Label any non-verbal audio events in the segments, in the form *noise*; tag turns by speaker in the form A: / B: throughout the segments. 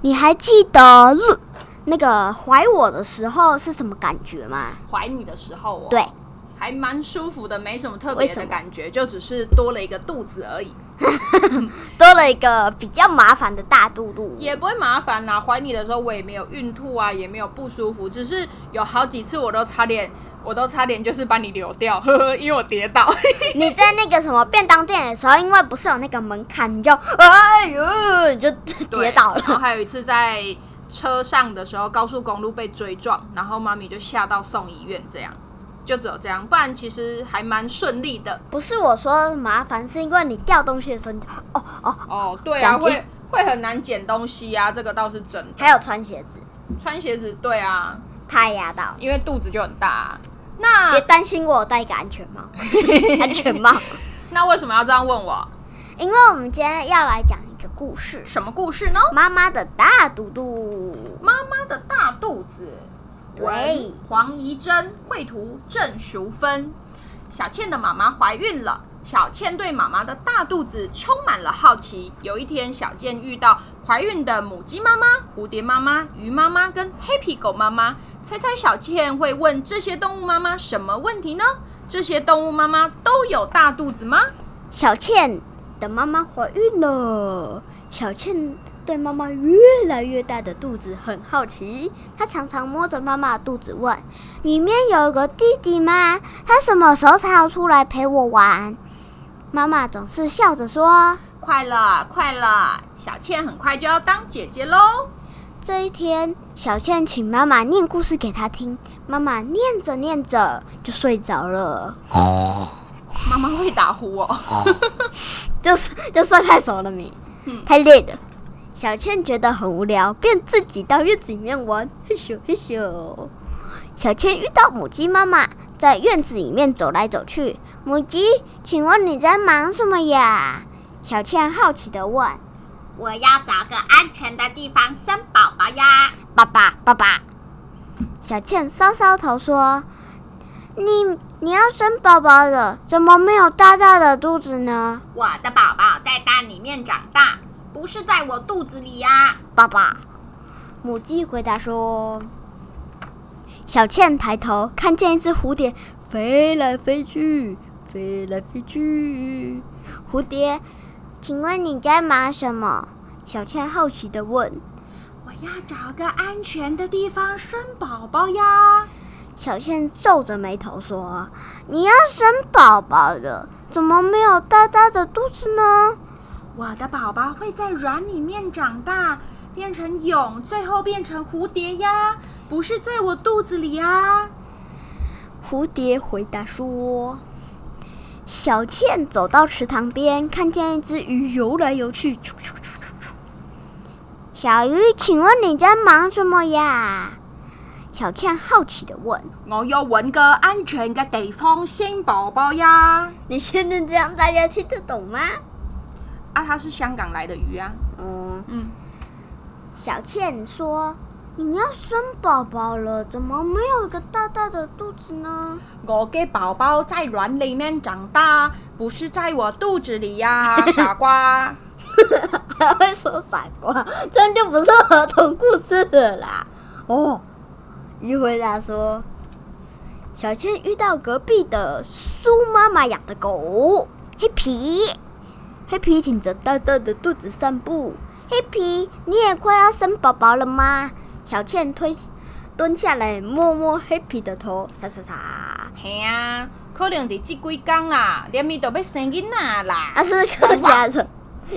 A: 你还记得录那个怀我的时候是什么感觉吗？
B: 怀你的时候哦，
A: 对，
B: 还蛮舒服的，没什么特
A: 为
B: 别
A: 什么
B: 的感觉，就只是多了一个肚子而已，
A: 多了一个比较麻烦的大肚肚。
B: 也不会麻烦啦。怀你的时候我也没有孕吐啊，也没有不舒服，只是有好几次我都差点，我都差点就是把你流掉， *laughs* 呵呵，因为我跌倒。
A: 你在那个什么便当店的时候，因为不是有那个门槛，你就哎呦，你就
B: 对
A: *laughs* 跌倒了
B: 然。后还有一次在车上的时候，高速公路被追撞，然后妈咪就吓到送医院，这样就只有这样，不然其实还蛮顺利的。
A: 不是我说麻烦，是因为你掉东西的时候，你就哦哦，
B: 哦，对啊，
A: 讲解
B: 会会很难捡东西啊，这个倒是真的。
A: 还有穿鞋子，
B: 穿鞋子，对啊，
A: 怕压到。
B: 因为肚子就很大、啊。那
A: 别担心，我有戴一个安全帽，安全帽。
B: 那为什么要这样问我？
A: 因为我们今天要来讲一个故事，
B: 什么故事呢？
A: 妈妈的大肚肚。
B: 妈妈的大肚子。
A: 对
B: 文黄怡珍，绘图郑淑芬。小倩的妈妈怀孕了，小倩对妈妈的大肚子充满了好奇。有一天，小倩遇到怀孕的母鸡妈妈、蝴蝶妈妈、鱼妈妈跟黑皮狗妈妈，猜猜小倩会问这些动物妈妈什么问题呢？这些动物妈妈都有大肚子吗？
A: 小倩的妈妈怀孕了，小倩对妈妈越来越大的肚子很好奇，她常常摸着妈妈的肚子问：“里面有个弟弟吗？他什么时候才要出来陪我玩？”妈妈总是笑着说
B: 快了，快了，小倩很快就要当姐姐喽！：“
A: 这一天，小倩请妈妈念故事给她听，妈妈念着念着就睡着了，
B: 妈妈会打呼哦。
A: 就是 *laughs* 就算太熟了没
B: 嗯，
A: 太累了。小倩觉得很无聊，便自己到院子里面玩，嘿咻嘿咻。小倩遇到母鸡妈妈，在院子里面走来走去。母鸡，请问你在忙什么呀？小倩好奇的问。
C: 我要找个安全的地方生宝宝呀！
A: 爸爸，爸爸。小倩搔搔头说：“你你要生宝宝了，怎么没有大大的肚子呢
C: 我的宝宝在蛋里面长大，不是在我肚子里呀！？”
A: 爸爸。母鸡回答说：“小倩抬头看见一只蝴蝶飞来飞去，飞来飞去。蝴蝶，请问你在忙什么？”小倩好奇的问。
C: 我要找个安全的地方生宝宝呀！
A: 小倩皱着眉头说：“你要生宝宝了，怎么没有大大的肚子呢
C: 我的宝宝会在卵里面长大，变成蛹，最后变成蝴蝶呀！不是在我肚子里呀！？”
A: 蝴蝶回答说：“小倩走到池塘边，看见一只鱼游来游去。啾啾啾啾啾小鱼，请问你在忙什么呀？”小倩好奇的问
B: 我要揾个安全嘅地方生宝宝呀！：“
A: 你现在这样，大家听得懂吗
B: 啊，它是香港来的鱼啊。？”
A: 嗯
B: 嗯，
A: 小倩说：“你要生宝宝了，怎么没有一个大大的肚子呢？”
B: 我嘅宝宝在卵里面长大，不是在我肚子
A: *laughs*
B: 里呀、傻瓜。
A: 还会说傻瓜，这样就不是儿童故事了啦。哦，鱼回答说，小倩遇到隔壁的苏妈妈养的狗黑皮，黑皮挺着大大的肚子散步。黑皮，你也快要生宝宝了吗？小倩推蹲下来摸摸黑皮的头，沙沙沙。
B: 嘿啊，可能伫即几工啦，连咪都要生囡仔啦。
A: 他是客家人，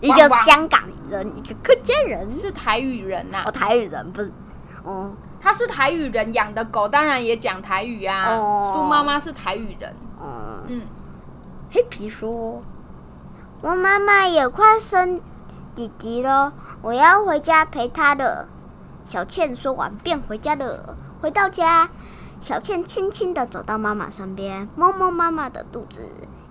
A: 一个是香港人，一个客家人。
B: 是台语人呐、
A: 哦，台语人不是，哦，
B: 他是台语人养的狗，当然也讲台语啊。
A: 哦
B: 苏妈妈是台语人，
A: 嗯，
B: 嗯，
A: 黑皮说：“我妈妈也快生弟弟了，我要回家陪她了。”小倩说完便回家了。回到家，小倩轻轻地走到妈妈身边，摸摸妈妈的肚子，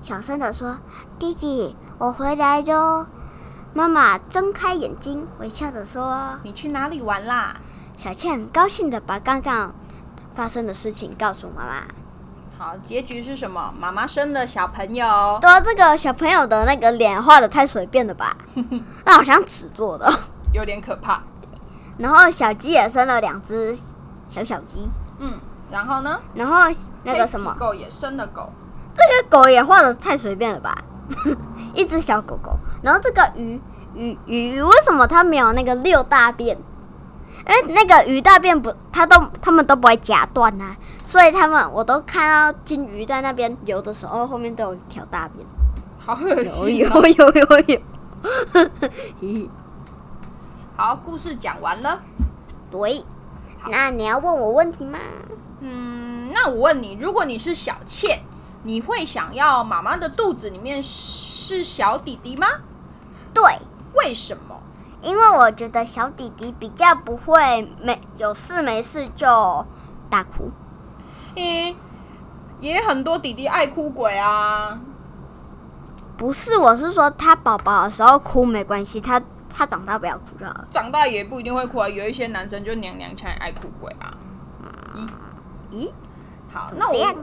A: 小声地说：“弟弟，我回来喽。”妈妈睁开眼睛，微笑地说
B: 你去哪里玩啦？：“
A: 小倩高兴地把刚刚发生的事情告诉妈妈。”
B: 好，结局是什么？妈妈生了小朋友，
A: 对啊，这个小朋友的那个脸画的太随便了吧？那好像纸做的。
B: 有点可怕。
A: 然后小鸡也生了两只小小鸡，
B: 嗯，然后呢？
A: 然后那个什
B: 黑
A: 么
B: 皮，狗也生了狗，
A: 这个狗也画的太随便了吧？ *laughs* 一只小狗狗，然后这个鱼鱼鱼鱼为什么它没有那个六大便？因为那个鱼大便不，它都它们都不会夹断呐、所以它们我都看到金鱼在那边游的时候，后面都有一条大便，
B: 好恶
A: 有
B: 心、哦。
A: 有有有有， *laughs* 咦。
B: 好，故事讲完了。
A: 对
B: 好，
A: 那你要问我问题吗？
B: 嗯，那我问你，如果你是小倩，你会想要妈妈的肚子里面是小弟弟吗？
A: 对，
B: 为什么？
A: 因为我觉得小弟弟比较不会没有事没事就大哭。
B: 诶、也很多弟弟爱哭鬼啊。
A: 不是，我是说他宝宝的时候哭没关系，他他长大不要哭就好了。
B: 长大也不一定会哭啊，有一些男生就娘娘腔爱哭鬼啊。
A: 咦，
B: 好，
A: 怎么
B: 那
A: 这
B: 我
A: 样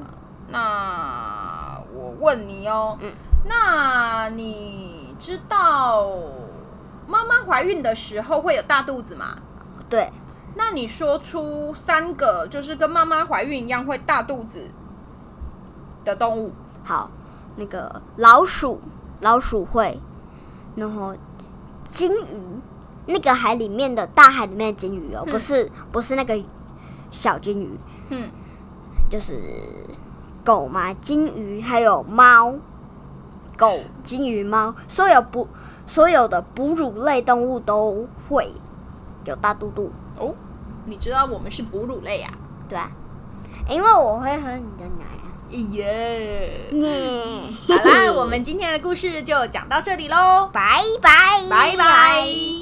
B: 那我问你哦，
A: 嗯
B: 那你知道妈妈怀孕的时候会有大肚子吗？
A: 对，
B: 那你说出三个就是跟妈妈怀孕一样会大肚子的动物，
A: 好，那个老鼠，老鼠会，然后金鱼，那个海里面的大海里面的金鱼哦，
B: 嗯
A: 不是不是那个小金鱼，
B: 嗯，
A: 就是狗嘛，金鱼还有猫，狗、金鱼、猫，所有哺所有的哺乳类动物都会有大肚肚，
B: 哦，你知道我们是哺乳类啊？
A: 对啊，因为我会喝你的奶啊，
B: 哎耶！
A: 你
B: 好啦，我们今天的故事就讲到这里喽，
A: 拜拜
B: 拜拜。